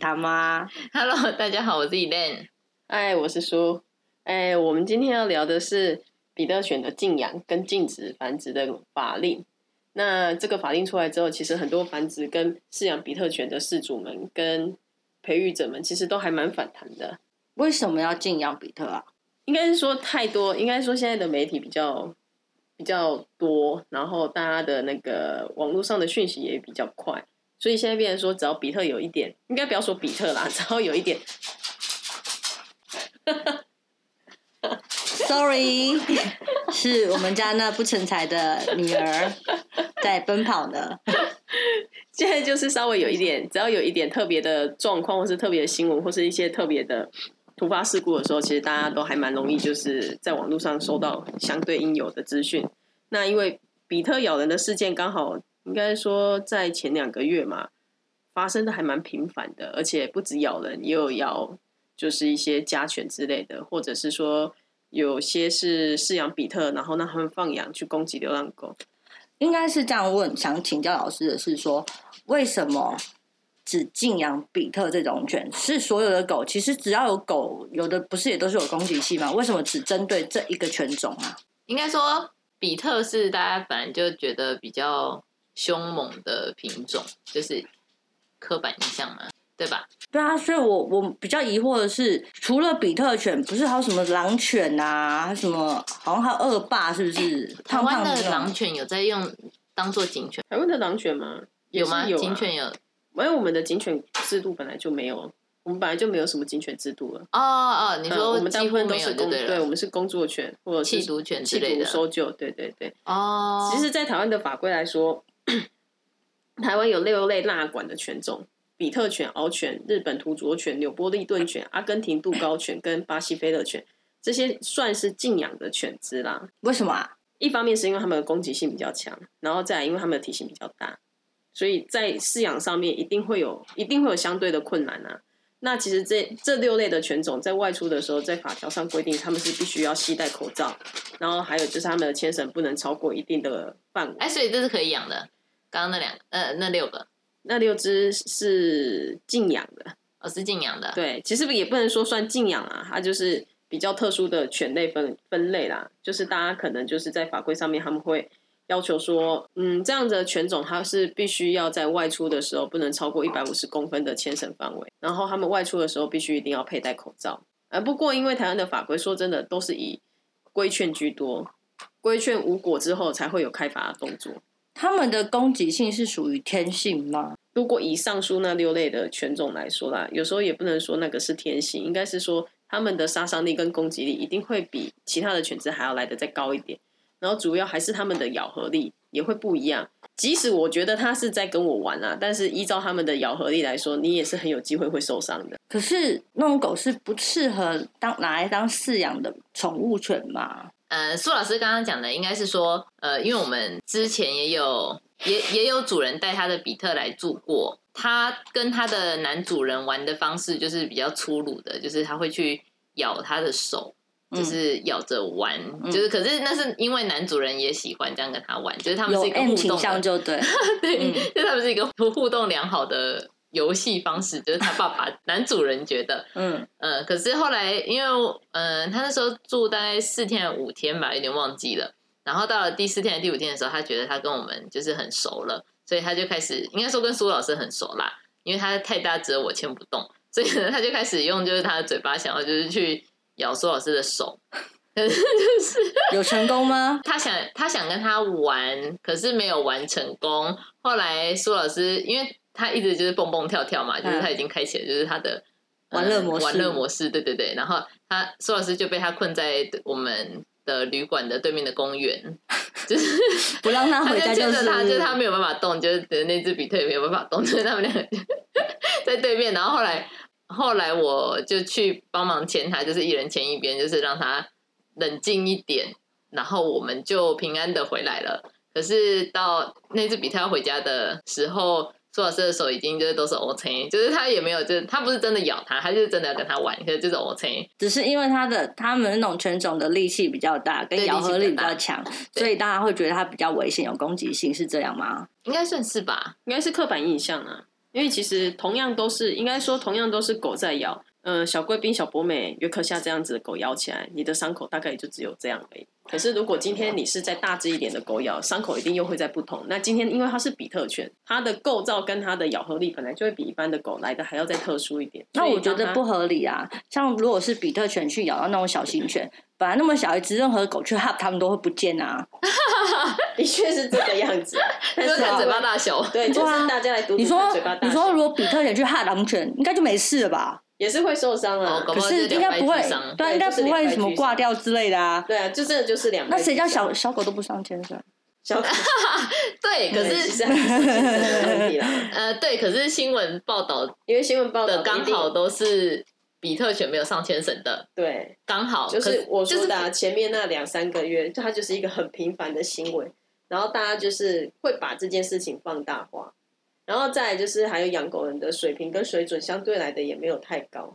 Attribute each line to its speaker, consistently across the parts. Speaker 1: 卡吗？
Speaker 2: Hello，大 家好，我是 Elen。
Speaker 3: 哎，我是叔。哎，我们今天要聊的是比特犬的禁养跟禁止繁殖的法令。那这个法令出来之后，其实很多繁殖跟饲养比特犬的饲主们跟培育者们，其实都还蛮反弹的。
Speaker 1: 为什么要禁养比特啊？
Speaker 3: 应该是说太多，应该说现在的媒体比较比较多，然后大家的那个网络上的讯息也比较快，所以现在变成说，只要比特有一点，应该不要说比特啦， 只要有一点
Speaker 1: Sorry，是我们家那不成才的女儿在奔跑呢。
Speaker 3: 现在就是稍微有一点，只要有一点特别的状况，或是特别的新闻，或是一些特别的突发事故的时候，其实大家都还蛮容易，就是在网络上收到相对应有的资讯。那因为比特咬人的事件，刚好应该说在前两个月嘛，发生的还蛮频繁的，而且不止咬人，也有咬就是一些家犬之类的，或者是说有些是饲养比特，然后让他们放养去攻击流浪狗。
Speaker 1: 应该是这样问，想请教老师的是说，为什么只禁养比特这种犬？是所有的狗，其实只要有狗，有的不是也都是有攻击性吗？为什么只针对这一个犬种啊？
Speaker 2: 应该说，比特是大家反正就觉得比较凶猛的品种，就是刻板印象嘛，对吧？
Speaker 1: 对啊，所以我我比较疑惑的是，除了比特犬，不是还有什么狼犬啊，还有什么好像还有恶霸，是不是？
Speaker 2: 台湾
Speaker 1: 胖胖
Speaker 2: 的
Speaker 1: 那种
Speaker 2: 狼犬有在用当做警犬
Speaker 3: 台湾的狼犬吗？也
Speaker 2: 有
Speaker 3: 是
Speaker 2: 吗？
Speaker 3: 有、啊、
Speaker 2: 警犬有哦
Speaker 3: 因为我们的警犬制度本来就没有，我们本来就没有什么警犬制度了。
Speaker 2: 哦哦，你
Speaker 3: 嗯
Speaker 2: 说
Speaker 3: 我们大
Speaker 2: 几
Speaker 3: 部
Speaker 2: 乎
Speaker 3: 分都
Speaker 2: 没有
Speaker 3: 是
Speaker 2: 就
Speaker 3: 工，
Speaker 2: 对
Speaker 3: 对
Speaker 2: 了，
Speaker 3: 我们是工作犬或者是
Speaker 2: 缉毒犬之
Speaker 3: 缉
Speaker 2: 类
Speaker 3: 毒
Speaker 2: 的
Speaker 3: 搜救，对对对。
Speaker 2: 哦。
Speaker 3: 其实，在台湾的法规来说，台湾有六类纳管的犬种：比特犬、獒犬、日本土著犬、纽波利顿犬、阿根廷杜高犬跟巴西菲勒犬，这些算是禁养的犬只啦。
Speaker 1: 为什么啊？
Speaker 3: 一方面是因为它们的攻击性比较强，然后再来因为它们的体型比较大，所以在饲养上面一定会有一定会有相对的困难啊。那其实这这六类的犬种在外出的时候，在法条上规定他们是必须要携带口罩，然后还有就是他们的牵绳不能超过一定的范围。
Speaker 2: 哎，所以这是可以养的。刚刚那两呃那六个，
Speaker 3: 那六只是禁养的，
Speaker 2: 我哦是禁养的。
Speaker 3: 对，其实也不能说算禁养啊，它就是比较特殊的犬类分分类啦。就是大家可能就是在法规上面，他们会要求说，嗯，这样子的犬种它是必须要在外出的时候不能超过一百五十公分的牵绳范围，然后他们外出的时候必须一定要佩戴口罩。呃，不过因为台湾的法规说真的都是以规劝居多，规劝无果之后才会有开罚的动作。
Speaker 1: 他们的攻击性是属于天性吗？
Speaker 3: 如果以上述那六类的犬种来说啦，有时候也不能说那个是天性，应该是说它们的杀伤力跟攻击力一定会比其他的犬只还要来得再高一点。然后主要还是它们的咬合力也会不一样。即使我觉得它是在跟我玩啊，但是依照它们的咬合力来说，你也是很有机会会受伤的。
Speaker 1: 可是那种狗是不适合当拿来当饲养的宠物犬嘛？
Speaker 2: 呃，苏老师刚刚讲的应该是说，呃，因为我们之前也有也也有主人带他的比特来住过，他跟他的男主人玩的方式就是比较粗鲁的，就是他会去咬他的手，就是咬着玩，
Speaker 1: 嗯
Speaker 2: 就是可是那是因为男主人也喜欢这样跟他玩，就是他们
Speaker 1: 有
Speaker 2: 是一个
Speaker 1: M
Speaker 2: 互
Speaker 1: 倾
Speaker 2: 动
Speaker 1: 向
Speaker 2: 的，
Speaker 1: 就对，
Speaker 2: 对，
Speaker 1: 嗯
Speaker 2: 就他们是一个互动良好的游戏方式，就是他爸爸 男主人觉得，
Speaker 1: 嗯，
Speaker 2: 呃，可是后来因为嗯、呃，他那时候住大概四天还是五天吧，有点忘记了。然后到了第四天还是第五天的时候，他觉得他跟我们就是很熟了，所以他就开始应该说跟苏老师很熟啦，因为他太大只了，我牵不动，所以呢他就开始用就是他的嘴巴想要就是去咬苏老师的手，
Speaker 1: 有成功吗？
Speaker 2: 他想他想跟他玩，可是没有玩成功。后来苏老师，因为他一直就是蹦蹦跳跳嘛，就是他已经开启了就是他的、
Speaker 1: 嗯
Speaker 2: 呃
Speaker 1: 玩乐模式
Speaker 2: 玩乐模式，对对对。然后他苏老师就被他困在我们的旅馆的对面的公园，就是
Speaker 1: 不让它
Speaker 2: 他
Speaker 1: 回
Speaker 2: 就
Speaker 1: 家
Speaker 2: 牵
Speaker 1: 是
Speaker 2: 着他，就是他没有办法动，就是那只比特也没有办法动，就是他们两个就 在对面。然后后来后来我就去帮忙牵他，就是一人牵一边，就是让他冷静一点。然后我们就平安的回来了。可是到那只比特要回家的时候，苏老师的手已经就是都是 O C，就是他也没有，就是他不是真的咬他，他就是真的要跟他玩，可是就是 O C。
Speaker 1: 只是因为它的它们那种犬种的力气比较大，跟
Speaker 2: 对
Speaker 1: 咬合
Speaker 2: 力
Speaker 1: 力
Speaker 2: 气比
Speaker 1: 比
Speaker 2: 较大
Speaker 1: 较强，所以大家会觉得它比较危险，有攻击性，是这样吗？
Speaker 2: 应该算是吧，
Speaker 3: 应该是刻板印象啊，因为其实同样都是，应该说同样都是狗在咬。呃，小贵宾、小博美、约克夏这样子的狗咬起来，你的伤口大概也就只有这样而已。可是如果今天你是在大只一点的狗咬，伤口一定又会在不同。那今天因为它是比特犬，它的构造跟它的咬合力本来就会比一般的狗来的还要再特殊一点。
Speaker 1: 那我觉
Speaker 3: 所以嗯
Speaker 1: 得
Speaker 3: 当它
Speaker 1: 不合理啊！像如果是比特犬去咬到那种小型犬，本来那么小一只，任何狗去 h 它们都会不见啊。
Speaker 3: 的确是这个样 子啊，但
Speaker 2: 就是看
Speaker 3: 啊
Speaker 2: 嘴巴大小。
Speaker 3: 对，就
Speaker 1: 对啊
Speaker 3: 是大家来读
Speaker 1: 你
Speaker 3: 读
Speaker 1: 说
Speaker 3: 看嘴巴，大
Speaker 1: 你说
Speaker 3: 小
Speaker 1: 如果比特犬去 h 狼犬，应该就没事了吧？
Speaker 3: 也是会受伤
Speaker 2: 哦
Speaker 3: 啊，
Speaker 1: 可
Speaker 2: 搞不好
Speaker 1: 是
Speaker 2: 就
Speaker 1: 应该不会
Speaker 2: 两败俱伤，
Speaker 1: 对啊，
Speaker 3: 对
Speaker 1: 应该
Speaker 3: 就是
Speaker 1: 不
Speaker 3: 两
Speaker 1: 会
Speaker 3: 败
Speaker 1: 什么
Speaker 3: 俱
Speaker 1: 挂
Speaker 3: 伤
Speaker 1: 掉之类的啊。
Speaker 3: 对啊，就真的就是啊两。
Speaker 1: 那谁叫小小狗都不上牵绳？
Speaker 3: 小？
Speaker 2: 对，可
Speaker 3: 可是其
Speaker 2: 是
Speaker 3: 实还是神经症的问题啦，
Speaker 2: 呃，对，可是新闻报道
Speaker 3: 因为新闻报
Speaker 2: 的
Speaker 3: 道
Speaker 2: 刚
Speaker 3: 一定
Speaker 2: 好都是比特犬没有上牵绳的，
Speaker 3: 对，
Speaker 2: 刚好
Speaker 3: 就
Speaker 2: 可
Speaker 3: 是我说的、啊
Speaker 2: 就是
Speaker 3: 前面那两三个月，就它就是一个很频繁的行为，然后大家就是会把这件事情放大化。然后再来就是还有养狗人的水平跟水准相对来的也没有太高，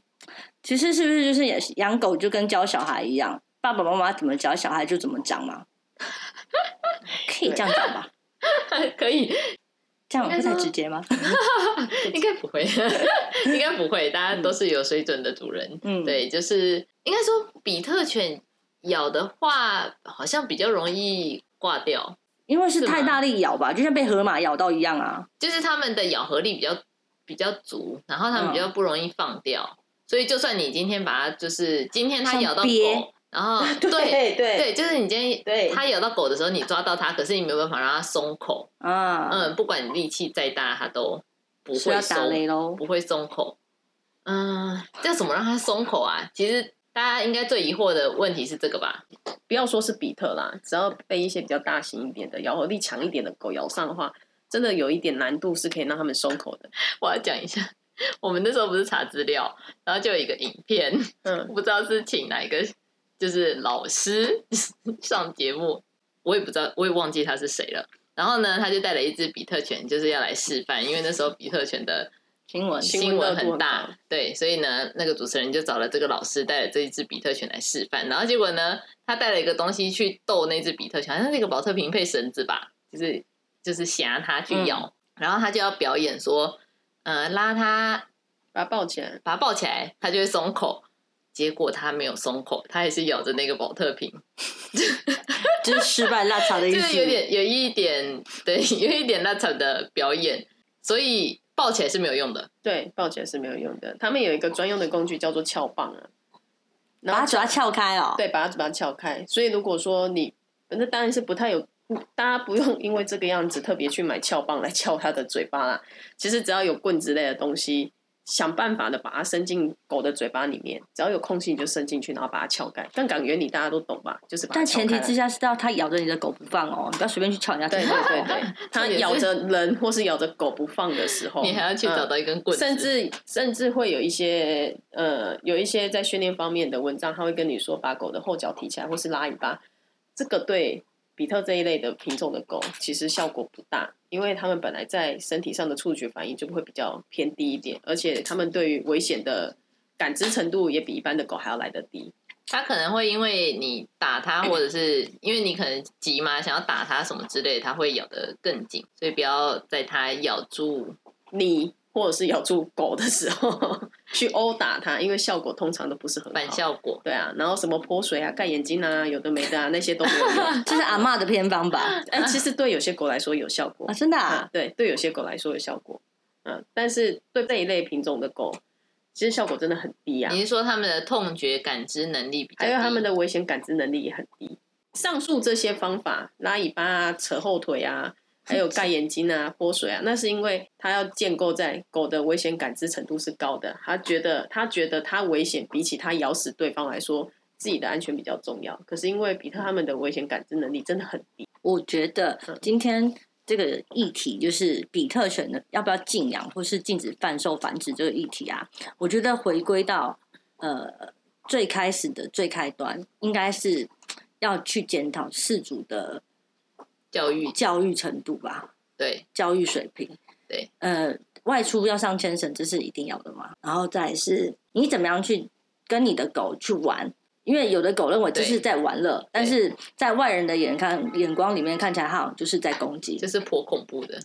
Speaker 1: 其实是不是就是也养狗就跟教小孩一样，爸爸妈妈怎么教小孩就怎么长嘛？可以这样讲吧？
Speaker 2: 可以，
Speaker 1: 这样
Speaker 2: 应该
Speaker 1: 会太
Speaker 2: 说
Speaker 1: 直接吗？
Speaker 2: 应该不会，应该不会，大家都是有水准的主人。
Speaker 1: 嗯，，
Speaker 2: 对，就是应该说比特犬咬的话，好像比较容易挂掉，
Speaker 1: 因为是
Speaker 2: 是吗
Speaker 1: 太大力咬吧，就像被河马咬到一样啊。
Speaker 2: 就是它们的咬合力比较比较足，然后它们比
Speaker 3: 嗯
Speaker 2: 较不容易放掉。所以就算你今天把它，就是今天它
Speaker 1: 像
Speaker 2: 咬到
Speaker 1: 鳖
Speaker 2: 狗，然后 对
Speaker 3: 对对，
Speaker 2: 就是你今天
Speaker 3: 对
Speaker 2: 它咬到狗的时候，你抓到它，可是你没有办法让它松口。
Speaker 1: 啊，
Speaker 2: 嗯，不管你力气再大，它都不
Speaker 1: 是
Speaker 2: 会
Speaker 1: 要打
Speaker 2: 松。
Speaker 1: 雷喽。
Speaker 2: 不会松口。嗯，要怎么让它松口啊？其实大家应该最疑惑的问题是这个吧？
Speaker 3: 不要说是比特啦，只要被一些比较大型一点的、咬合力强一点的狗咬上的话，真的有一点难度是可以让它们松口的。
Speaker 2: 我要讲一下， 我们那时候不是查资料，然后就有一个影片，
Speaker 3: 嗯，
Speaker 2: 不知道是请哪一个就是老师上节目，我也不知道，我也忘记他是谁了。然后呢，他就带了一只比特犬，就是要来示范，因为那时候比特犬的
Speaker 1: 新闻
Speaker 3: 新
Speaker 2: 新
Speaker 3: 闻
Speaker 2: 闻
Speaker 3: 热度
Speaker 2: 很
Speaker 3: 很
Speaker 2: 大
Speaker 3: 高，
Speaker 2: 对，所以呢，那个主持人就找了这个老师带了这一只比特犬来示范，然后结果呢，他带了一个东西去逗那只比特犬，好像是一个保特瓶配绳子吧，就是就是挟它去
Speaker 3: 嗯
Speaker 2: 咬，然后他就要表演说，呃，拉它
Speaker 3: 把它抱起来，
Speaker 2: 把它抱起来，它就会松口，结果它没有松口，它还是咬着那个保特瓶，
Speaker 1: 就是失败落草的意
Speaker 2: 就
Speaker 1: 思。
Speaker 2: 是有点有一点对， 有一点烂惨的表演，所以抱起来是没有用的，
Speaker 3: 对，抱起来是没有用的。他们有一个专用的工具叫做撬棒啊，然
Speaker 1: 把它
Speaker 3: 后
Speaker 1: 嘴巴撬开哦。，
Speaker 3: 对，把它把它撬开。所以如果说你，那当然是不太有，嗯大家不用因为这个样子特别去买撬棒来撬它的嘴巴啦。其实只要有棍之类的东西，想办法的把它伸进狗的嘴巴里面，只要有空隙你就伸进去，然后把它撬开。杠杆原理大家都懂吧？就是把它
Speaker 1: 但
Speaker 3: 撬
Speaker 1: 前提
Speaker 3: 开来
Speaker 1: 之下是要它咬着你的狗不放哦，你不要随便去撬人家
Speaker 3: 对
Speaker 1: 嘴
Speaker 3: 对
Speaker 1: 巴。
Speaker 3: 对对， 它咬着人或是咬着狗不放的时候，
Speaker 2: 你还要去
Speaker 3: 嗯
Speaker 2: 找到一根棍子，
Speaker 3: 甚至甚至会有一些呃，有一些在训练方面的文章，他会跟你说把狗的后脚提起来，或是拉尾巴，这个对比特这一类的品种的狗其实效果不大，因为它们本来在身体上的触觉反应就会比较偏低一点，而且它们对于危险的感知程度也比一般的狗还要来得低。
Speaker 2: 他可能会因为你打他，或者是因为你可能急嘛，想要打他什么之类，他会咬得更紧，所以不要在它咬住。
Speaker 3: 你或者是咬住狗的时候去殴打它，因为效果通常都不是很
Speaker 2: 反
Speaker 3: 好。
Speaker 2: 效果。
Speaker 3: 对啊，然后什么泼水啊、盖眼睛啊，有的没的啊，那些都没有用。
Speaker 1: 这是阿嬷的偏方吧？
Speaker 3: 哎、其实对有些狗来说有效果
Speaker 1: 啊，真的
Speaker 3: 啊
Speaker 1: 啊，，
Speaker 3: 对，对有些狗来说有效果，嗯、但是对这一类品种的狗，其实效果真的很低啊，
Speaker 2: 你是说他们的痛觉感知能力比较
Speaker 3: 还
Speaker 2: 低？
Speaker 3: 有它们的危险感知能力也很低。上述这些方法，拉尾巴啊、扯后腿啊，还有盖眼睛啊、 泼水啊，那是因为它要建构在狗的危险感知程度是高的，它觉得它觉得它危险比起它咬死对方来说，自己的安全比较重要。可是因为比特它们的危险感知能力真的很低，
Speaker 1: 我觉得
Speaker 3: 嗯
Speaker 1: 今天这个议题就是比特犬的要不要禁养或是禁止贩售繁殖这个议题啊，我觉得回归到呃最开始的最开端，应该是要去检讨饲主的
Speaker 2: 教育，
Speaker 1: 教育程度吧，
Speaker 2: 对，
Speaker 1: 教育水平。
Speaker 2: 对，
Speaker 1: 呃，外出要上牵绳，这是一定要的嘛。然后再来是，你怎么样去跟你的狗去玩？因为有的狗认为这
Speaker 2: 对
Speaker 1: 是在玩乐，但是在外人的眼看眼光里面看起来它好像就是在攻击，
Speaker 2: 就是颇恐怖的。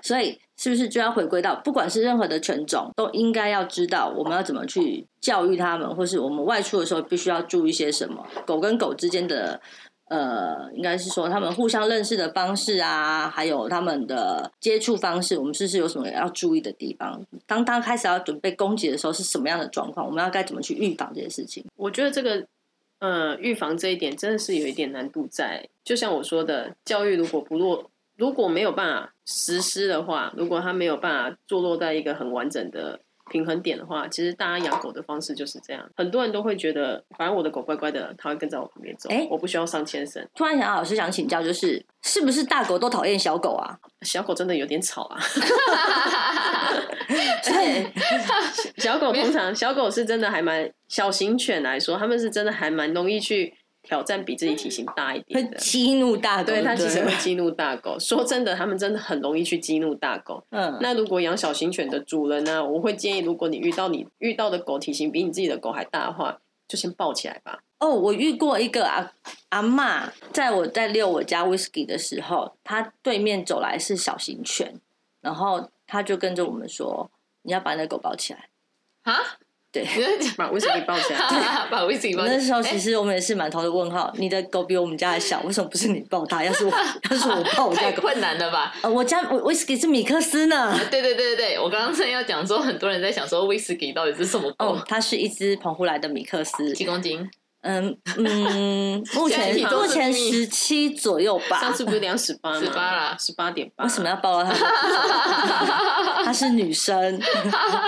Speaker 1: 所以是不是就要回归到，不管是任何的犬种，都应该要知道我们要怎么去教育它们，或是我们外出的时候必须要注意些什么。狗跟狗之间的，呃，应该是说它们互相认识的方式啊，还有它们的接触方式，我们是不是有什么要注意的地方？当它开始要准备攻击的时候，是什么样的状况？我们要该怎么去预防这些事情？
Speaker 3: 我觉得这个呃预防这一点真的是有一点难度在。就像我说的，教育如果不落，如果没有办法实施的话，如果它没有办法坐落在一个很完整的。平衡点的话，其实大家养狗的方式就是这样。很多人都会觉得，反正我的狗乖乖的，它会跟在我旁边走，
Speaker 1: 哎
Speaker 3: 我不需要上牵绳。
Speaker 1: 突然想到，老师想请教，就是是不是大狗都讨厌小狗啊？
Speaker 3: 小狗真的有点吵啊，
Speaker 1: 对，
Speaker 3: 小狗通常小狗是真的还蛮小型犬来说，它们是真的还蛮容易去挑战比自己体型大一点
Speaker 1: 会
Speaker 3: 的。
Speaker 1: 激怒大狗，
Speaker 3: 对，它
Speaker 1: 不
Speaker 3: 其实会激怒大狗。说真的，它们真的很容易去激怒大狗。
Speaker 1: 嗯，
Speaker 3: 那如果养小型犬的主人呢、我会建议，如果你遇到你遇到的狗体型比你自己的狗还大的话，就先抱起来吧。
Speaker 1: 哦，我遇过一个阿阿嬷，在我在遛我家 whisky 的时候，她对面走来是小型犬，然后她就跟着我们说：“你要把你的狗抱起来。
Speaker 2: 啊？
Speaker 1: 对
Speaker 2: 你 在 讲
Speaker 3: 把为什么你抱起来？
Speaker 2: 把威士忌”包起来
Speaker 1: 那时候其
Speaker 2: 哎
Speaker 1: 实我们也是满头的问号，你的狗比我们家还小，为什么不是你抱它？要是我，要是我抱我家
Speaker 2: 哎太
Speaker 1: 狗，
Speaker 2: 困难了吧？
Speaker 1: 呃，我家我 whisky 是米克斯呢。
Speaker 2: 对对对对对，我刚刚正要讲说，很多人在想说威士忌到底是什么
Speaker 1: 哦
Speaker 2: 狗，，
Speaker 1: 它是一只澎湖来的米克 斯，
Speaker 2: 几公斤？
Speaker 1: 嗯 嗯，目前
Speaker 2: 现在
Speaker 1: 目
Speaker 2: 都是
Speaker 1: 前
Speaker 2: 秘密
Speaker 1: 十七左右吧。
Speaker 3: 上次不是量十八吗？
Speaker 2: 18啦
Speaker 3: 十八点八。
Speaker 1: 为什么要抱到它？ 她是女生。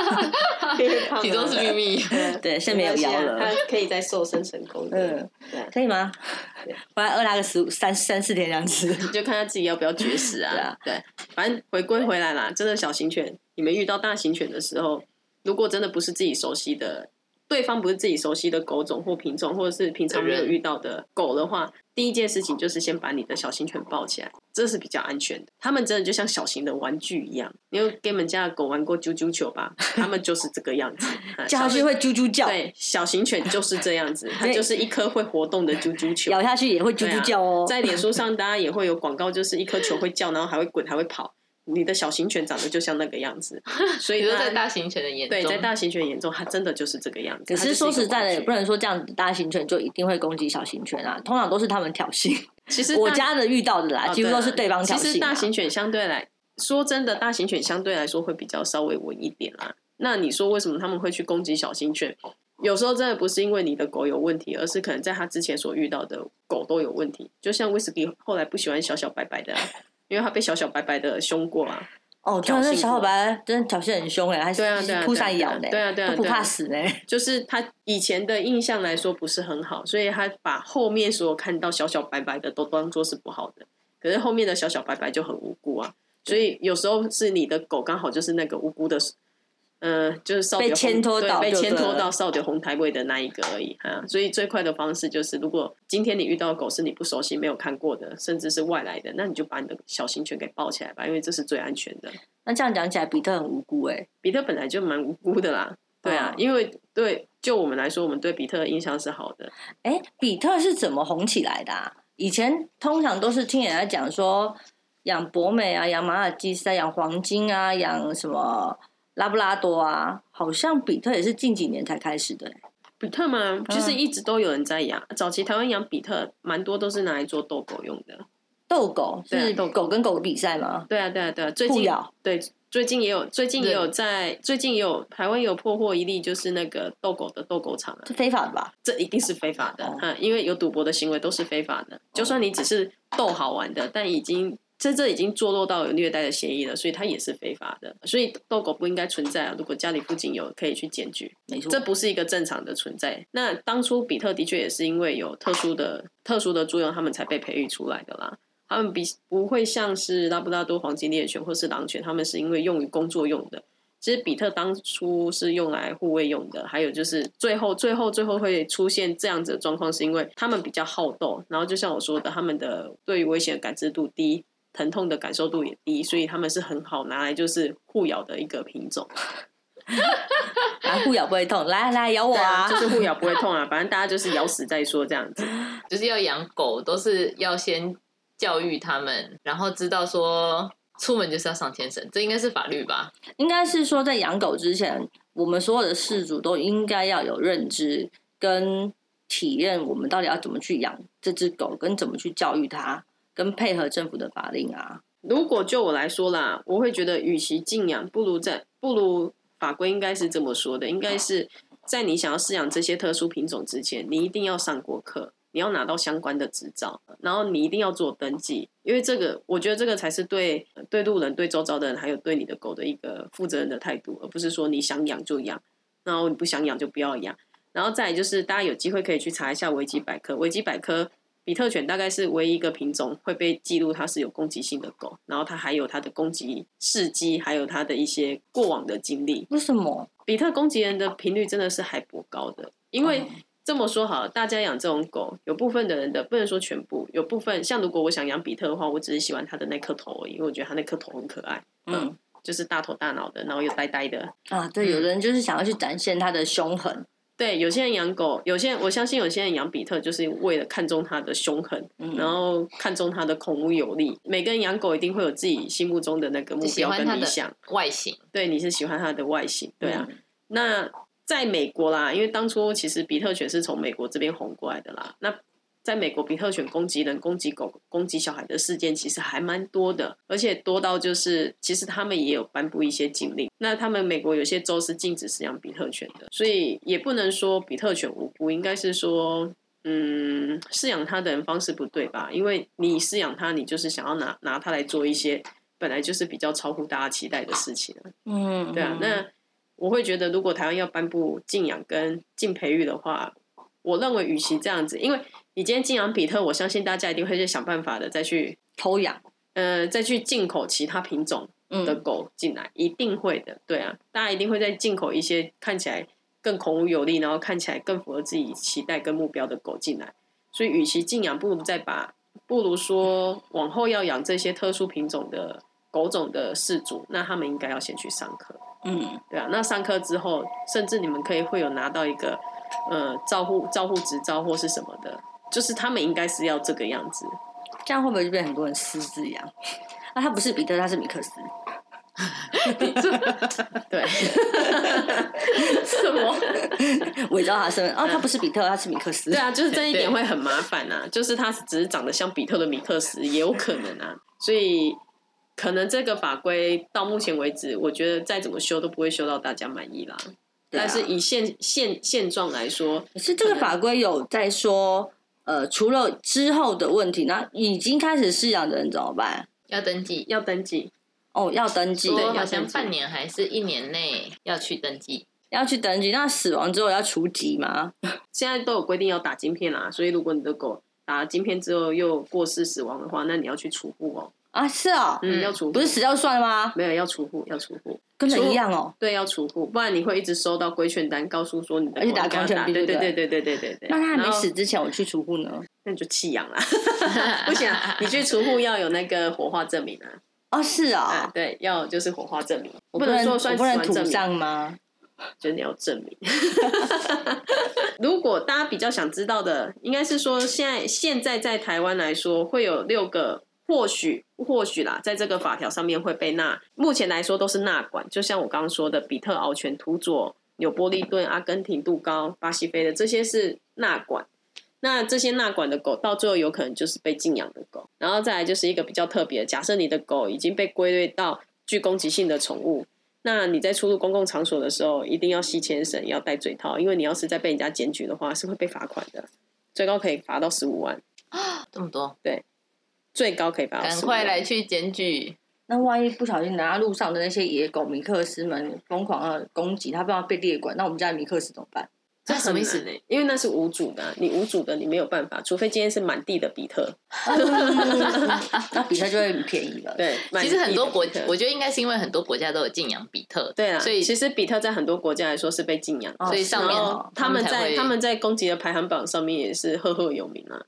Speaker 3: 哦
Speaker 2: 体重 是秘密。
Speaker 1: 对现在没有腰了
Speaker 3: 啊它可以再瘦身成功的。
Speaker 1: 嗯
Speaker 3: 对，
Speaker 1: 可以吗
Speaker 3: 对？
Speaker 1: 回来饿拉个十五三三四天这样子。
Speaker 3: 你就看他自己要不要绝食
Speaker 1: 对
Speaker 3: 啊
Speaker 1: 啊。
Speaker 3: 对，反正回归回来啦，真的小型犬，你们遇到大型犬的时候，如果真的不是自己熟悉的，对方不是自己熟悉的狗种或品种，或者是平常没有遇到的狗的话，第一件事情就是先把你的小型犬抱起来，这是比较安全的。它们真的就像小型的玩具一样，你有给你们家的狗玩过啾啾球吧？它们就是这个样子，啊
Speaker 1: 叫下去会啾啾叫，
Speaker 3: 对，小型犬就是这样子，它
Speaker 1: 对
Speaker 3: 就是一颗会活动的啾啾球。
Speaker 1: 咬下去也会啾
Speaker 3: 对啊
Speaker 1: 啾叫哦。
Speaker 3: 在脸书上，大家也会有广告，就是一颗球会叫，然后还会滚，还会跑。你的小型犬长得就像那个 样子，所
Speaker 2: 你
Speaker 3: 以
Speaker 2: 说
Speaker 3: 大家
Speaker 2: 在大型犬的眼中，
Speaker 3: 对在大型犬眼中，它真的就是这个样子。
Speaker 1: 可
Speaker 3: 它就是是
Speaker 1: 说实在的，
Speaker 3: 一
Speaker 1: 也
Speaker 3: 个
Speaker 1: 不
Speaker 3: 玩具
Speaker 1: 能说这样子大型犬就一定会攻击小型犬啊，通常都是他们挑 衅。
Speaker 3: 其实大
Speaker 1: 我家的遇到的啦，
Speaker 3: 哦
Speaker 1: 几乎
Speaker 3: 对啊
Speaker 1: 都是对方挑
Speaker 3: 其
Speaker 1: 衅啊。
Speaker 3: 实大型犬相对来说，真的大型犬相对来说会比较稍微稳一点啦。那你说为什么他们会去攻击小型犬？有时候真的不是因为你的狗有问题，而是可能在它之前所遇到的狗都有问题。就像威士忌后来不喜欢小小白白的啊、因为它被小小白白的凶过啊。
Speaker 1: 哦，
Speaker 3: 挑
Speaker 1: 真的
Speaker 3: 衅过
Speaker 1: 那小伙伴真的挑衅很凶哎，还
Speaker 3: 对啊对啊
Speaker 1: 是扑上咬呢，
Speaker 3: 对啊对啊对啊
Speaker 1: 都不怕死呢。
Speaker 3: 就是他以前的印象来说不是很好，所以他把后面所有看到小小白白的都当做是不好的。可是后面的小小白白就很无辜啊，所以有时候是你的狗刚好就是那个无辜的，呃，就是少
Speaker 1: 被牵拖到
Speaker 3: 对被
Speaker 1: 就
Speaker 3: 牵
Speaker 1: 对
Speaker 3: 拖
Speaker 1: 了
Speaker 3: 到少女红台位的那一个而已啊。所以最快的方式就是，如果今天你遇到的狗是你不熟悉、没有看过的，甚至是外来的，那你就把你的小型犬给抱起来吧，因为这是最安全的。
Speaker 1: 那这样讲起来，比特很无辜哎。
Speaker 3: 比特本来就蛮无辜的啦，对啊，
Speaker 1: 哦
Speaker 3: 因为对就我们来说，我们对比特的印象是好的，
Speaker 1: 哎，比特是怎么红起来的、啊？以前通常都是听人家讲说，养博美啊，养马尔济斯啊，养黄金啊，养什么拉布拉多啊，好像比特也是近几年才开始的、欸
Speaker 3: 比特嘛，
Speaker 1: 嗯
Speaker 3: 就是一直都有人在养。早期台湾养比特，蛮多都是拿来做逗狗用的。
Speaker 1: 斗狗
Speaker 3: 对啊
Speaker 1: 是
Speaker 3: 斗狗
Speaker 1: 狗跟狗比赛吗？
Speaker 3: 对啊，对啊，对啊。最
Speaker 1: 互
Speaker 3: 近
Speaker 1: 咬
Speaker 3: 对，最近也有，最近也
Speaker 2: 对
Speaker 3: 有在，最近也有台湾也有破获一例，就是那个逗狗的逗狗场啊，
Speaker 1: 这非法的吧？
Speaker 3: 这一定是非法的
Speaker 1: 哦
Speaker 3: 啊，因为有赌博的行为都是非法的。就算你只是逗好玩的，但已经这这已经坐落到有虐待的嫌疑了，所以它也是非法的。所以逗狗不应该存在啊！如果家里附近有，可以去检举。
Speaker 1: 没错
Speaker 3: 这，不是一个正常的存在。那当初比特的确也是因为有特殊的特殊的作用，他们才被培育出来的啦。他们比不会像是拉布拉多、黄金猎犬或是狼犬，他们是因为用于工作用的。其实比特当初是用来护卫用的，还有就是最后最后最后会出现这样子的状况，是因为他们比较好斗，然后就像我说的，他们的对于危险的感知度低，疼痛的感受度也低，所以他们是很好拿来就是互咬的一个品种。
Speaker 1: 啊，互咬不会痛，来来咬我
Speaker 3: 对啊，
Speaker 1: 啊！
Speaker 3: 就是互咬不会痛啊，反正大家就是咬死再说这样子。
Speaker 2: 就是要养狗，都是要先教育他们，然后知道说出门就是要上牵绳，这应该是法律吧？
Speaker 1: 应该是说，在养狗之前，我们所有的事主都应该要有认知跟体验，我们到底要怎么去养这只狗，跟怎么去教育它，跟配合政府的法令啊。
Speaker 3: 如果就我来说啦，我会觉得，与其禁养，不如在不如法规应该是这么说的，应该是在你想要饲养这些特殊品种之前，你一定要上过课，你要拿到相关的执照，然后你一定要做登记，因为这个，我觉得这个才是对对路人、对周遭的人，还有对你的狗的一个负责任的态度，而不是说你想养就养，然后你不想养就不要养。然后再来就是，大家有机会可以去查一下维基百科，维基百科比特犬大概是唯一一个品种会被记录它是有攻击性的狗，然后它还有它的攻击事迹，还有它的一些过往的经历。
Speaker 1: 为什么？
Speaker 3: 比特攻击人的频率真的是还颇高的，因
Speaker 1: 哦
Speaker 3: 为这么说好了，大家养这种狗，有部分的人的不能说全部，有部分像如果我想养比特的话，我只是喜欢它的那颗头而已，因为我觉得它那颗头很可爱，
Speaker 1: 嗯
Speaker 3: 就是大头大脑的，然后又呆呆的，
Speaker 1: 啊，对，有的人就是想要去展现它的凶狠，
Speaker 3: 对，有些人养狗，有些人我相信有些人养比特就是为了看中它的凶狠，
Speaker 1: 嗯
Speaker 3: 然后看中它的孔武有力。每个人养狗一定会有自己心目中的那个目
Speaker 2: 就喜
Speaker 3: 标
Speaker 2: 欢它
Speaker 3: 跟理
Speaker 2: 的
Speaker 3: 想，
Speaker 2: 外形，
Speaker 3: 对，你是喜欢它的外形，对啊。那在美国啦，因为当初其实比特犬是从美国这边红过来的啦。那在美国，比特犬攻击人、攻击狗、攻击小孩的事件其实还蛮多的，而且多到就是，其实他们也有颁布一些禁令。那他们美国有些州是禁止饲养比特犬的，所以也不能说比特犬无辜，应该是说，嗯，饲养它的人方式不对吧？因为你饲养它，你就是想要拿拿它来做一些本来就是比较超乎大家期待的事情啊
Speaker 1: 嗯，
Speaker 3: 对啊，那我会觉得，如果台湾要颁布禁养跟禁培育的话，我认为与其这样子，因为你今天禁养比特，我相信大家一定会去想办法的，再去
Speaker 1: 偷养，
Speaker 3: 呃再去进口其他品种的
Speaker 1: 嗯，
Speaker 3: 狗进来，一定会的。对啊，大家一定会再进口一些看起来更孔武有力，然后看起来更符合自己期待跟目标的狗进来。所以，与其禁养，不如再把，不如说往后要养这些特殊品种的狗种的饲主，那他们应该要先去上课。
Speaker 1: 嗯，
Speaker 3: 对啊，那上课之后，甚至你们可以会有拿到一个呃照护照护执照或是什么的，就是他们应该是要这个样子。
Speaker 1: 这样会不会就变很多人私自养？ 啊，它不是比特，它是米克斯，
Speaker 3: 对，什么？
Speaker 1: 伪造它身份。哦，它不是比特，它是米克斯。
Speaker 3: 对啊，就是这一点会很麻烦呐、啊，就是它只是长得像比特的米克斯也有可能啊，所以可能这个法规到目前为止，我觉得再怎么修都不会修到大家满意啦。
Speaker 1: 对啊
Speaker 3: 但是以现现现状来说，
Speaker 1: 可是这个法规有在说，呃，除了之后的问题，那已经开始饲养的人怎么办？
Speaker 2: 要登记。
Speaker 3: 要登记，
Speaker 1: 哦，要登记，
Speaker 3: 对
Speaker 2: 说
Speaker 3: 要
Speaker 2: 好像
Speaker 3: 登记
Speaker 2: 半年还是一年内要去登记，
Speaker 1: 要去登记。那死亡之后要除籍吗？
Speaker 3: 现在都有规定要打晶片啦、所以如果你的狗打了晶片之后又过世死亡的话，那你要去除户哦。
Speaker 1: 啊，是哦，
Speaker 3: 嗯，
Speaker 2: 嗯
Speaker 3: 要除户
Speaker 1: 不是死掉算了吗？
Speaker 3: 没有要除户，要除户，
Speaker 1: 跟人一样哦。
Speaker 3: 对，要除户，不然你会一直收到规劝单，告诉说你的
Speaker 1: 而且
Speaker 3: 狗
Speaker 1: 打
Speaker 3: 应该要
Speaker 1: 狂犬病
Speaker 3: 对
Speaker 1: 对不
Speaker 3: 对
Speaker 1: 对
Speaker 3: 对对对对对。
Speaker 1: 那他还没
Speaker 3: 然后
Speaker 1: 死，之前，我去除户呢？
Speaker 3: 那你就弃养啦， 不行啊，你去除户要有那个火化证明 啊，
Speaker 1: 哦，是
Speaker 3: 啊
Speaker 1: 哦，，
Speaker 3: 对，要就是火化证明，
Speaker 1: 我
Speaker 3: 不
Speaker 1: 能
Speaker 3: 能说
Speaker 1: 我
Speaker 3: 算
Speaker 1: 不
Speaker 3: 死
Speaker 1: 能
Speaker 3: 亡
Speaker 1: 土
Speaker 3: 证明，
Speaker 1: 葬吗？
Speaker 3: 就是你要证明。 如果大家比较想知道的，应该是说现在现在在台湾来说，会有六个或许或许啦，在这个法条上面会被纳，目前来说都是纳管。就像我刚刚说的，比特獒犬、土佐、纽波利顿、阿根廷杜高、巴西飞的这些是纳管。那这些纳管的狗，到最后有可能就是被禁养的狗。然后再来就是一个比较特别的，假设你的狗已经被归类到具攻击性的宠物，那你在出入公共场所的时候，一定要系牵绳，要戴嘴套，因为你要是再被人家检举的话，是会被罚款的，最高可以罚到十五万，
Speaker 2: 这么多，
Speaker 3: 最高可以罚到
Speaker 2: 赶
Speaker 3: 15
Speaker 2: 快
Speaker 3: 万。
Speaker 2: 来去检举，
Speaker 1: 那万一不小心拿到路上的那些野狗米克斯们疯狂的攻击，它不要被猎管，那我们家的米克斯怎么 办？
Speaker 3: 这
Speaker 2: 这什么意思？
Speaker 3: 呢？欸因为那是无主的啊、你无主的你没有办法，除非今天是满地的比特。
Speaker 1: 那比特就会很便宜了。
Speaker 3: 对，满
Speaker 2: 其
Speaker 3: 地
Speaker 2: 实
Speaker 3: 的
Speaker 2: 很多国
Speaker 3: 比特，
Speaker 2: 我觉得应该是因为很多国家都有禁养比特，
Speaker 3: 对啊，
Speaker 2: 所以
Speaker 3: 其实比特在很多国家来说是被禁养的，
Speaker 1: 哦
Speaker 2: 所以
Speaker 1: 是
Speaker 2: 上
Speaker 1: 哦
Speaker 2: 面
Speaker 3: 然
Speaker 2: 哦
Speaker 3: 后他们
Speaker 2: 他们才
Speaker 3: 在
Speaker 2: 会
Speaker 3: 他们在攻击的排行榜上面也是赫赫有名啊。
Speaker 2: 哦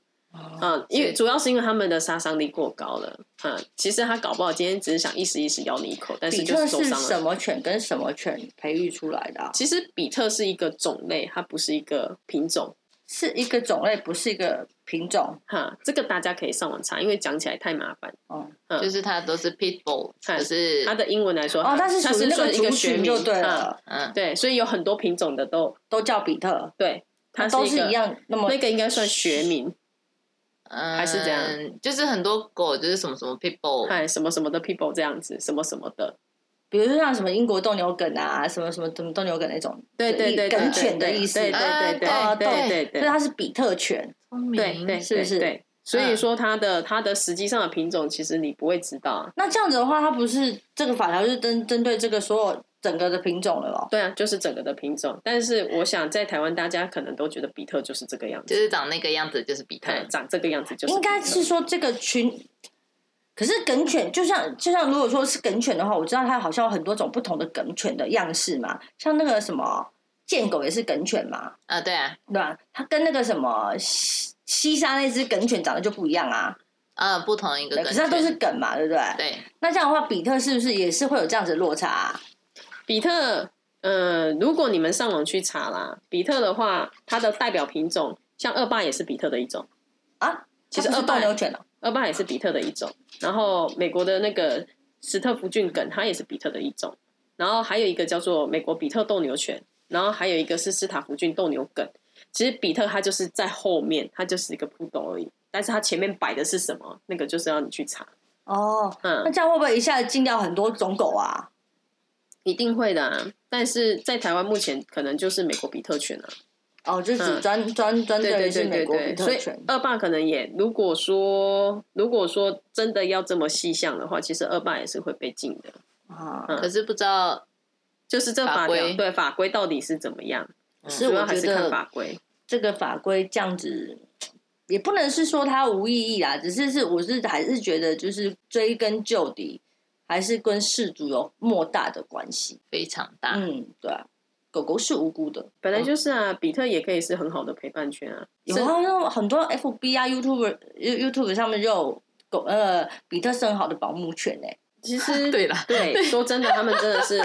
Speaker 3: 嗯，因为主要是因为他们的杀伤力过高了。嗯，其实他搞不好今天只是想一时一时咬你一口，但是
Speaker 1: 比
Speaker 3: 就
Speaker 1: 特
Speaker 3: 是受
Speaker 1: 是
Speaker 3: 伤
Speaker 1: 什
Speaker 3: 了。
Speaker 1: 么犬跟什么犬培育出来的啊、
Speaker 3: 其实比特是一个种类，它不是一个品种。
Speaker 1: 是一个种类，不是一个品种。
Speaker 3: 哈，这个大家可以上网查，因为讲起来太麻烦。
Speaker 1: 哦、
Speaker 2: 就是它都是 pitbull，
Speaker 3: 哎
Speaker 2: 可是
Speaker 3: 它的英文来说，
Speaker 1: 哦，但是
Speaker 3: 它
Speaker 1: 属于那
Speaker 3: 算
Speaker 1: 个
Speaker 3: 一
Speaker 1: 族
Speaker 3: 个学
Speaker 1: 群
Speaker 3: 名
Speaker 1: 就对
Speaker 3: 嗯
Speaker 1: 了，
Speaker 2: 嗯，
Speaker 3: 对，所以有很多品种的都
Speaker 1: 都叫比特，
Speaker 3: 对，它
Speaker 1: 都
Speaker 3: 是
Speaker 1: 是
Speaker 3: 个
Speaker 1: 一。样那么
Speaker 3: 那个应该算学名，
Speaker 2: 嗯
Speaker 3: 还是这样，
Speaker 2: 就是很多狗就是什么什么 pitbull，
Speaker 3: 哎，什么什么的 people 这样子，什么什么的，
Speaker 1: 比如说像什么英国斗牛梗啊，什么什么什么斗牛梗那种，
Speaker 3: 对
Speaker 1: 就
Speaker 3: 对
Speaker 1: 一
Speaker 3: 对，
Speaker 1: 梗
Speaker 3: 对
Speaker 1: 犬的意思，
Speaker 3: 对对对
Speaker 2: 啊
Speaker 3: 对
Speaker 2: 对
Speaker 3: 对对
Speaker 1: 所以它是比特犬，
Speaker 2: 聪
Speaker 3: 对
Speaker 2: 明
Speaker 3: 对，
Speaker 1: 是不是
Speaker 3: 对，所以
Speaker 2: 嗯
Speaker 3: 说它的它的实际上的品种，其实你不会知道啊。
Speaker 1: 那这样子的话，它不是这个法条是针针对这个所有整个的品种了哦。
Speaker 3: 对啊，就是整个的品种。但是我想在台湾，大家可能都觉得比特就是这个样
Speaker 2: 就
Speaker 3: 子，
Speaker 2: 是长那个样子就是比特，
Speaker 3: 哎，长这个样子就是
Speaker 1: 应该
Speaker 3: 比特
Speaker 1: 是说这个群，可是梗犬就像就像如果说是梗犬的话，我知道它好像有很多种不同的梗犬的样式嘛，像那个什么贱狗也是梗犬嘛，
Speaker 2: 啊，对啊，
Speaker 1: 对吧？它跟那个什么西西沙那只梗犬长得就不一样啊，
Speaker 2: 啊，不同一个
Speaker 1: 对，
Speaker 2: 梗
Speaker 1: 可
Speaker 2: 犬，
Speaker 1: 是它都是梗嘛，对不对？
Speaker 2: 对，
Speaker 1: 那这样的话，比特是不是也是会有这样子的落差、啊？
Speaker 3: 比特。呃，如果你们上网去查啦，比特的话，它的代表品种像恶霸也是比特的一种，
Speaker 1: 啊，
Speaker 3: 其实
Speaker 1: 它不是
Speaker 3: 二
Speaker 1: 斗
Speaker 3: 代
Speaker 1: 牛犬哦、
Speaker 3: 恶霸也是比特的一种。然后美国的那个史特福郡梗，它也是比特的一种。然后还有一个叫做美国比特斗牛犬，然后还有一个是斯塔福郡斗牛梗。其实比特它就是在后面，它就是一个扑斗而已。但是它前面摆的是什么，那个就是要你去查。
Speaker 1: 哦，那
Speaker 3: 嗯，
Speaker 1: 这样会不会一下子禁掉很多种狗啊？
Speaker 3: 一定会的、啊。但是在台湾目前可能就是美国比特犬啊，
Speaker 1: 哦，就只
Speaker 3: 嗯
Speaker 1: 专专专对于是美国比
Speaker 3: 所
Speaker 1: 特
Speaker 3: 以
Speaker 1: 犬。
Speaker 3: 恶霸可能也，如果说如果说真的要这么细项的话，其实恶霸也是会被禁的。
Speaker 1: 啊，
Speaker 3: 嗯
Speaker 2: 可是不知道，
Speaker 3: 就是这
Speaker 2: 法
Speaker 3: 法条
Speaker 2: 规
Speaker 3: 对法规到底是怎么样，
Speaker 1: 是
Speaker 3: 主要
Speaker 1: 我
Speaker 3: 还
Speaker 1: 觉
Speaker 3: 是看法
Speaker 1: 得嗯
Speaker 3: 规。
Speaker 1: 这个法规这样子，也不能是说它无意义啊，只是是我是还是觉得就是追根究底，还是跟事主有莫大的关系。
Speaker 2: 非常大，
Speaker 1: 嗯，对啊，狗狗是无辜的。
Speaker 3: 本来就是啊，比特也可以是很好的陪伴圈啊。
Speaker 1: 有
Speaker 3: 是
Speaker 1: 啊，那很多 FB 啊、YouTube、You- YouTube 上面就有狗呃比特是很好的保姆犬哎、
Speaker 3: 其 实
Speaker 2: 对啦
Speaker 3: 对，说真的，他们真的是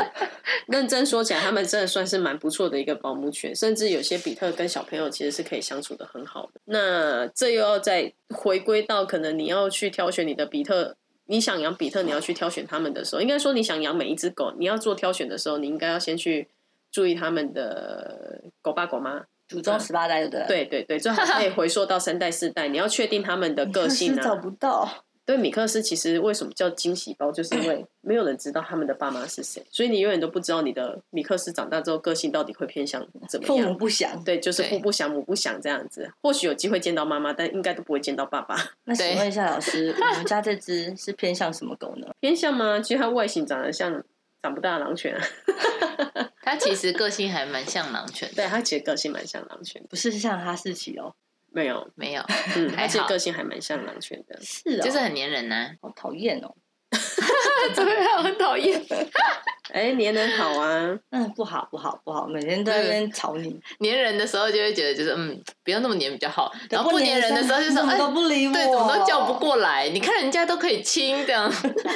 Speaker 3: 认真说起来，他们真的算是蛮不错的一个保姆犬，甚至有些比特跟小朋友其实是可以相处的很好的。那这又要再回归到可能你要去挑选你的比特。你想养比特，你要去挑选它们的时候，应该说你想养每一只狗，你要做挑选的时候，你应该要先去注意它们的狗爸狗妈，
Speaker 1: 祖宗十八代对不对？，
Speaker 3: 对对对，最好可以回溯到三代四代，你要确定他们的个性
Speaker 1: 找
Speaker 3: 啊。
Speaker 1: 不到。
Speaker 3: 对，米克斯其实为什么叫惊喜包，就是因 为没有人知道他们的爸妈是谁，所以你永远都不知道你的米克斯长大之后个性到底会偏向怎么
Speaker 1: 父母
Speaker 3: 样。
Speaker 1: 不详。
Speaker 3: 对，就是
Speaker 2: 对
Speaker 3: 父不详母不详这样子，或许有机会见到妈妈，但应该都不会见到爸爸。
Speaker 1: 那
Speaker 2: 对
Speaker 1: 请问一下老师，我们家这只是偏向什么狗呢？
Speaker 3: 偏向吗？其实它外形长得像长不大的狼犬、啊，
Speaker 2: 它其实个性还蛮像狼犬的，
Speaker 3: 对，它其实个性蛮像狼犬的。
Speaker 1: 不是像哈士奇哦，
Speaker 3: 没有，
Speaker 2: 没有，
Speaker 3: 嗯，它
Speaker 2: 还
Speaker 3: 其实
Speaker 2: 好
Speaker 3: 个性还蛮像狼犬的。
Speaker 1: 是哦，
Speaker 2: 就是很粘人啊 呐，
Speaker 1: 好讨厌哦，
Speaker 2: 对啊，很讨厌，
Speaker 3: 哎，黏人好啊，
Speaker 1: 嗯，不好不好不好，每天在那边吵你，
Speaker 2: 粘人的时候就会觉得就是嗯，不要那么粘比较好，然后不粘
Speaker 1: 黏
Speaker 2: 人的时候就说
Speaker 1: 怎么
Speaker 2: 哎。
Speaker 1: 都不理我，
Speaker 2: 对，怎么都叫不。过来。你看人家都可以亲，这样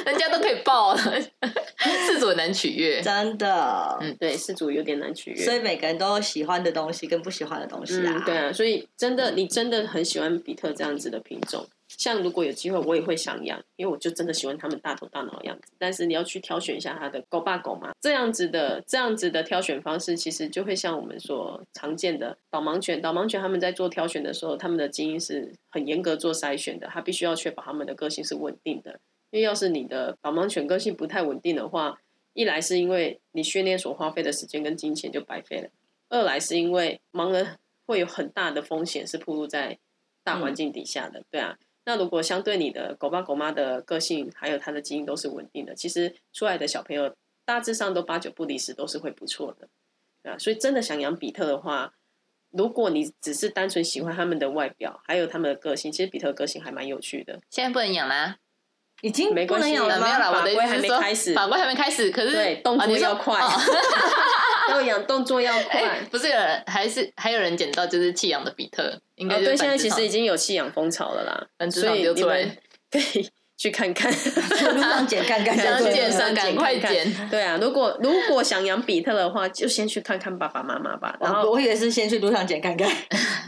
Speaker 2: 人家都可以抱，自主难取悦。
Speaker 1: 真的，
Speaker 2: 嗯
Speaker 3: 对，事主有点难取悦。
Speaker 1: 所以每个人都有喜欢的东西跟不喜欢的东西啊
Speaker 3: 嗯，，对啊，所以真的，你真的很喜欢比特这样子的品种。像如果有机会，我也会想养，因为我就真的喜欢它们大头大脑的样子。但是你要去挑选一下它的狗爸狗妈这样子的这样子的挑选方式，其实就会像我们所常见的导盲犬。导盲犬他们在做挑选的时候，他们的基因是很严格做筛选的，它必须要确保它们的个性是稳定的。因为要是你的导盲犬个性不太稳定的话，一来是因为你训练所花费的时间跟金钱就白费了，二来是因为盲人会有很大的风险是暴露在大环境底下的，对啊。那如果相对你的狗爸狗妈的个性还有它的基因都是稳定的，其实出来的小朋友大致上都八九不离十，都是会不错的，对啊。所以真的想养比特的话，如果你只是单纯喜欢他们的外表，还有他们的个性，其实比特的个性还蛮有趣的。
Speaker 2: 现在不能养啦，
Speaker 1: 已经
Speaker 3: 没
Speaker 1: 不
Speaker 3: 关
Speaker 1: 能
Speaker 3: 系啊
Speaker 1: 养
Speaker 2: 呃
Speaker 1: 了
Speaker 2: 没有
Speaker 1: 吗？
Speaker 2: 啦，
Speaker 3: 法
Speaker 2: 我的意
Speaker 3: 规
Speaker 2: 思
Speaker 3: 还
Speaker 2: 是哦
Speaker 3: 没
Speaker 2: 啊说
Speaker 3: 开始
Speaker 2: 法规还没开始，可是
Speaker 3: 对动
Speaker 2: 啊
Speaker 3: 作
Speaker 2: 你说
Speaker 3: 要快
Speaker 2: 哦 哎
Speaker 3: 要养动作要快。
Speaker 2: 不是有人还是还有人捡到就是弃养的比特，应
Speaker 3: 哦，
Speaker 2: 该就
Speaker 3: 对，
Speaker 2: 是
Speaker 3: 现在
Speaker 2: 繁殖
Speaker 3: 其
Speaker 2: 场、
Speaker 3: 实已经有弃养风潮了啦，
Speaker 2: 繁殖
Speaker 3: 所
Speaker 2: 场
Speaker 3: 以
Speaker 2: 丢
Speaker 3: 你
Speaker 2: 出来
Speaker 3: 们可以 去看看。
Speaker 1: 路上捡看看，
Speaker 2: 想
Speaker 1: 对
Speaker 2: 捡
Speaker 1: 对
Speaker 2: 上
Speaker 1: 对
Speaker 2: 赶快捡。
Speaker 3: 对啊，如果如果想养比特的话，就先去看看爸爸妈妈吧。然
Speaker 1: 哦
Speaker 3: 后
Speaker 1: 我以为是先去路上捡 看看，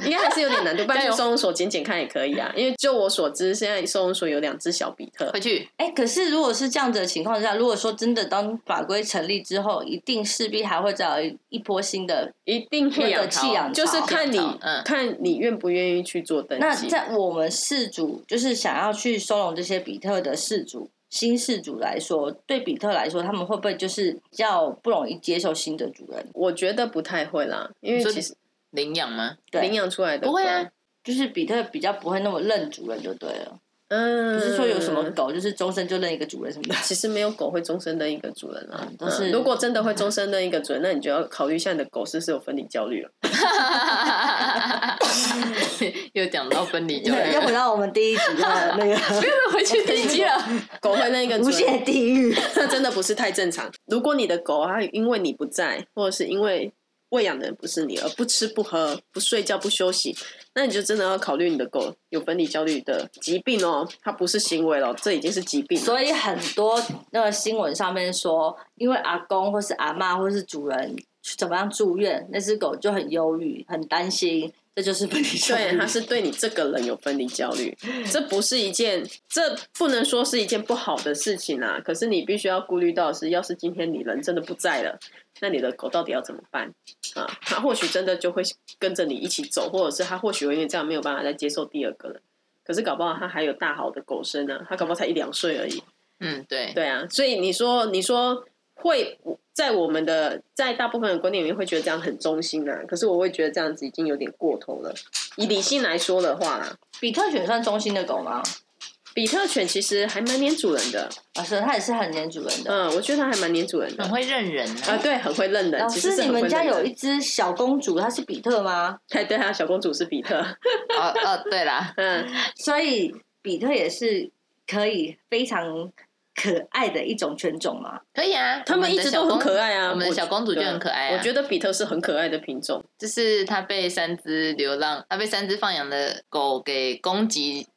Speaker 3: 应该还是有点难度，
Speaker 2: 加
Speaker 3: 办
Speaker 2: 油
Speaker 3: 去收容所捡捡看也可以啊。因为就我所知，现在收容所有两只小比特
Speaker 2: 回，去
Speaker 1: 哎、可是如果是这样子的情况下，如果说真的当法规成立之后，一定势必还会再有一一波新的。
Speaker 3: 一定会
Speaker 1: 有
Speaker 3: 有
Speaker 1: 的弃养潮
Speaker 3: 就是看你
Speaker 2: 嗯
Speaker 3: 看你愿不愿意去做登
Speaker 1: 那
Speaker 3: 记。
Speaker 1: 在我们氏主，就是想要去收容这些比特的氏主、新氏主来说，对比特来说，他们会不会就是比较不容易接受新的主人？
Speaker 3: 我觉得不太会啦，因为
Speaker 2: 你说
Speaker 3: 其实
Speaker 2: 领养吗？
Speaker 1: 对
Speaker 3: 领养出来的
Speaker 2: 不会啊
Speaker 3: 狗，
Speaker 1: 就是比特比较不会那么认主人就对了，
Speaker 3: 嗯，
Speaker 1: 不是说有什么狗就是终身就认一个主人什 么的。
Speaker 3: 其实没有狗会终身认一个主人啊
Speaker 1: 嗯。都是
Speaker 3: 如果真的会终身认一个主人，那你就要考虑一下你的狗是不是有分离 焦虑了。
Speaker 2: 又讲到分离焦虑
Speaker 1: 对，又回
Speaker 2: 了，
Speaker 1: 到我们第一集的 那个
Speaker 2: 回去第一集了。
Speaker 3: 狗会认一 个主
Speaker 1: 无
Speaker 3: 人，
Speaker 1: 限地狱。
Speaker 3: 那真的不是太正常。如果你的狗啊，因为你不在，或者是因为喂养的人不是你，而不吃不喝、不睡觉、不休息，那你就真的要考虑你的狗有分离焦虑的疾病哦，它不是行为了，这已经是疾病了。
Speaker 1: 所以很多那个新闻上面说，因为阿公或是阿妈或是主人怎么样住院，那只狗就很忧郁、很担心，这就是分离焦
Speaker 3: 对，
Speaker 1: 虑
Speaker 3: 他。是对你这个人有分离焦虑，这不是一件，这不能说是一件不好的事情啊。可是你必须要顾虑到的是，要是今天你人真的不在了，那你的狗到底要怎么办啊？它或许真的就会跟着你一起走，或者是它或许会因为这样没有办法再接受第二个人。可是搞不好它还有大好的狗生呢、它搞不好才一两岁而已。
Speaker 2: 嗯，对，
Speaker 3: 对啊，所以你说，你说会在我们的在大部分的观点里面会觉得这样很中心啊，可是我会觉得这样子已经有点过头了。以理性来说的话啦，
Speaker 1: 比特犬算忠心的狗吗？
Speaker 3: 比特犬其实还蛮黏主人的，
Speaker 1: 啊，是，它也是很黏主人的。
Speaker 3: 嗯，我觉得它还蛮黏主人的
Speaker 2: 很
Speaker 3: 啊、
Speaker 2: 会认人啊。
Speaker 3: 对，很会认人。
Speaker 1: 老
Speaker 3: 其实
Speaker 1: 师，
Speaker 3: 是
Speaker 1: 你
Speaker 3: 很会
Speaker 1: 们家
Speaker 3: 认
Speaker 1: 有
Speaker 3: 人
Speaker 1: 一只小公主，她是比特吗？
Speaker 3: 哎，对啊，小公主是比特，
Speaker 2: 哦
Speaker 3: 啊
Speaker 2: 哦，对啦，
Speaker 3: 嗯，
Speaker 1: 所以比特也是可以非常可爱的一种犬种吗？
Speaker 2: 可以啊。
Speaker 3: 他们一直都很可爱啊。
Speaker 2: 我们的小公主就
Speaker 3: 对啊
Speaker 2: 很可爱啊
Speaker 3: 我觉得比特是很可爱的品种，
Speaker 2: 就是他被三只流浪，他被三只放养的狗给攻击，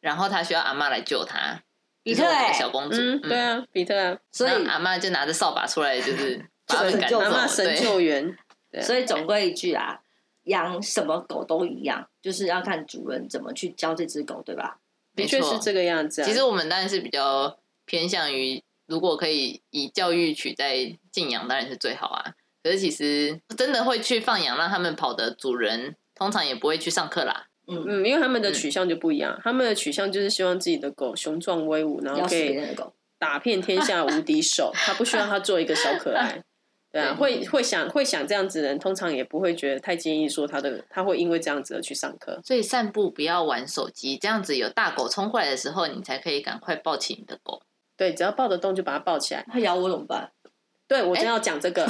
Speaker 2: 然后他需要阿嬷来救他。
Speaker 1: 比
Speaker 2: 就是
Speaker 1: 特
Speaker 2: 我们的
Speaker 1: 哎、
Speaker 2: 小公主，
Speaker 3: 嗯，对，啊，比特啊，
Speaker 1: 所以
Speaker 2: 那阿嬷就拿着扫把出来，就是把他们赶
Speaker 1: 救妈
Speaker 2: 走。
Speaker 3: 妈
Speaker 1: 妈
Speaker 3: 妈神救援。对
Speaker 1: 所以总归一句啊，养什么狗都一样，就是要看主人怎么去教这只狗，对吧？
Speaker 2: 对
Speaker 3: 的确
Speaker 2: 没错
Speaker 3: 是这个样子、啊。
Speaker 2: 其实我们当然是比较偏向于，如果可以以教育取代禁养，当然是最好啊。可是其实真的会去放养让他们跑的主人，通常也不会去上课啦。
Speaker 1: 嗯，
Speaker 3: 嗯，因为他们的
Speaker 2: 嗯
Speaker 3: 取向就不一样，他们的取向就是希望自己的狗雄壮威武，然后
Speaker 1: 要
Speaker 3: 可
Speaker 1: 死别
Speaker 3: 以
Speaker 1: 人的狗，
Speaker 3: 打遍天下无敌手，他不需要他做一个小 可爱。对啊，
Speaker 2: 对
Speaker 3: 会会想会想这样子的人，通常也不会觉得太介意说他的他会因为这样子而去上课。
Speaker 2: 所以散步不要玩手机，这样子有大狗冲过来的时候，你才可以赶快抱起你的狗。
Speaker 3: 对，只要抱得动就把它抱起来。
Speaker 1: 它咬我怎么办？
Speaker 3: 对我
Speaker 2: 哎
Speaker 3: 正要讲这 个，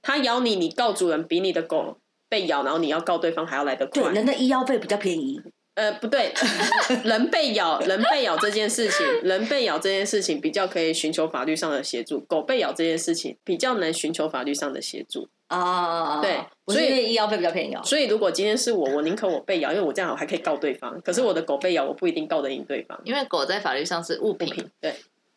Speaker 3: 它咬你，你告主人比你的狗被咬，然后你要告对方还要来得
Speaker 1: 对，
Speaker 3: 快。
Speaker 1: 人的医药费比较便宜，
Speaker 3: 呃，不对， 人被咬，人被咬这件事情，人被咬这件事情比较可以寻求法律上的协助，狗被咬这件事情比较难寻求法律上的协助。
Speaker 1: 啊，
Speaker 3: 对
Speaker 1: 不是
Speaker 3: 所以
Speaker 1: 因为医药费比较便宜哦。
Speaker 3: 所以，如果今天是我，我宁可我被咬，因为我这样我还可以告对方。可是我的狗被咬，我不一定告得赢对方。
Speaker 2: 因为狗在法律上是物品，
Speaker 3: 对，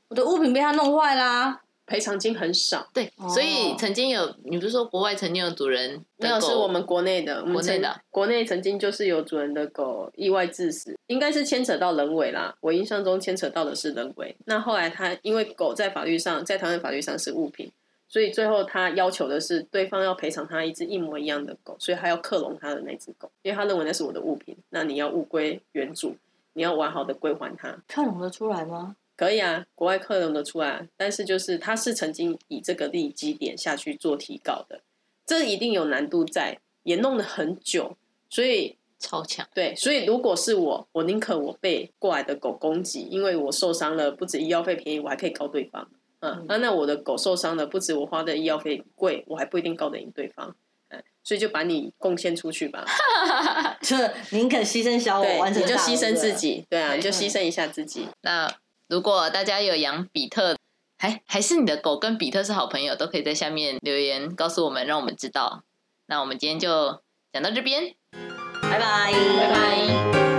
Speaker 1: 我的物品被它弄坏啦，
Speaker 3: 赔偿金很少，
Speaker 2: 对，
Speaker 1: 哦
Speaker 2: 所以曾经有你不是说国外曾经有主人
Speaker 3: 没
Speaker 2: 的
Speaker 3: 有
Speaker 2: 狗
Speaker 3: 是我们国内的，我们
Speaker 2: 国内
Speaker 3: 曾
Speaker 2: 的啊
Speaker 3: 国内曾经就是有主人的狗意外致死，应该是牵扯到人为啦。我印象中牵扯到的是人为。那后来他因为狗在法律上，在台湾法律上是物品，所以最后他要求的是对方要赔偿他一只一模一样的狗，所以他要克隆他的那只狗，因为他认为那是我的物品，那你要物归原主，你要完好的归还他。
Speaker 1: 克隆得出来吗？
Speaker 3: 可以啊，国外克隆的出来啊，但是就是他是曾经以这个利基点下去做提告的，这一定有难度在，也弄了很久，所以
Speaker 2: 超强，
Speaker 3: 对，所以如果是我，我宁可我被过来的狗攻击，因为我受伤了，不止医药费便宜，我还可以告对方。嗯
Speaker 1: 嗯，
Speaker 3: 啊、那我的狗受伤了，不止我花的医药费贵，我还不一定告得赢对方。嗯，所以就把你贡献出去吧，
Speaker 1: 就是宁肯牺牲小我，
Speaker 3: 对，
Speaker 1: 完成
Speaker 3: 你就
Speaker 1: 大我
Speaker 3: 牺牲自。己，对啊，
Speaker 2: 对
Speaker 3: 你就牺牲一下自己。
Speaker 2: 那如果大家有养比特，还还是你的狗跟比特是好朋友，都可以在下面留言告诉我们，让我们知道。那我们今天就讲到这边，
Speaker 1: 拜拜，
Speaker 2: 拜
Speaker 1: 拜
Speaker 2: 拜。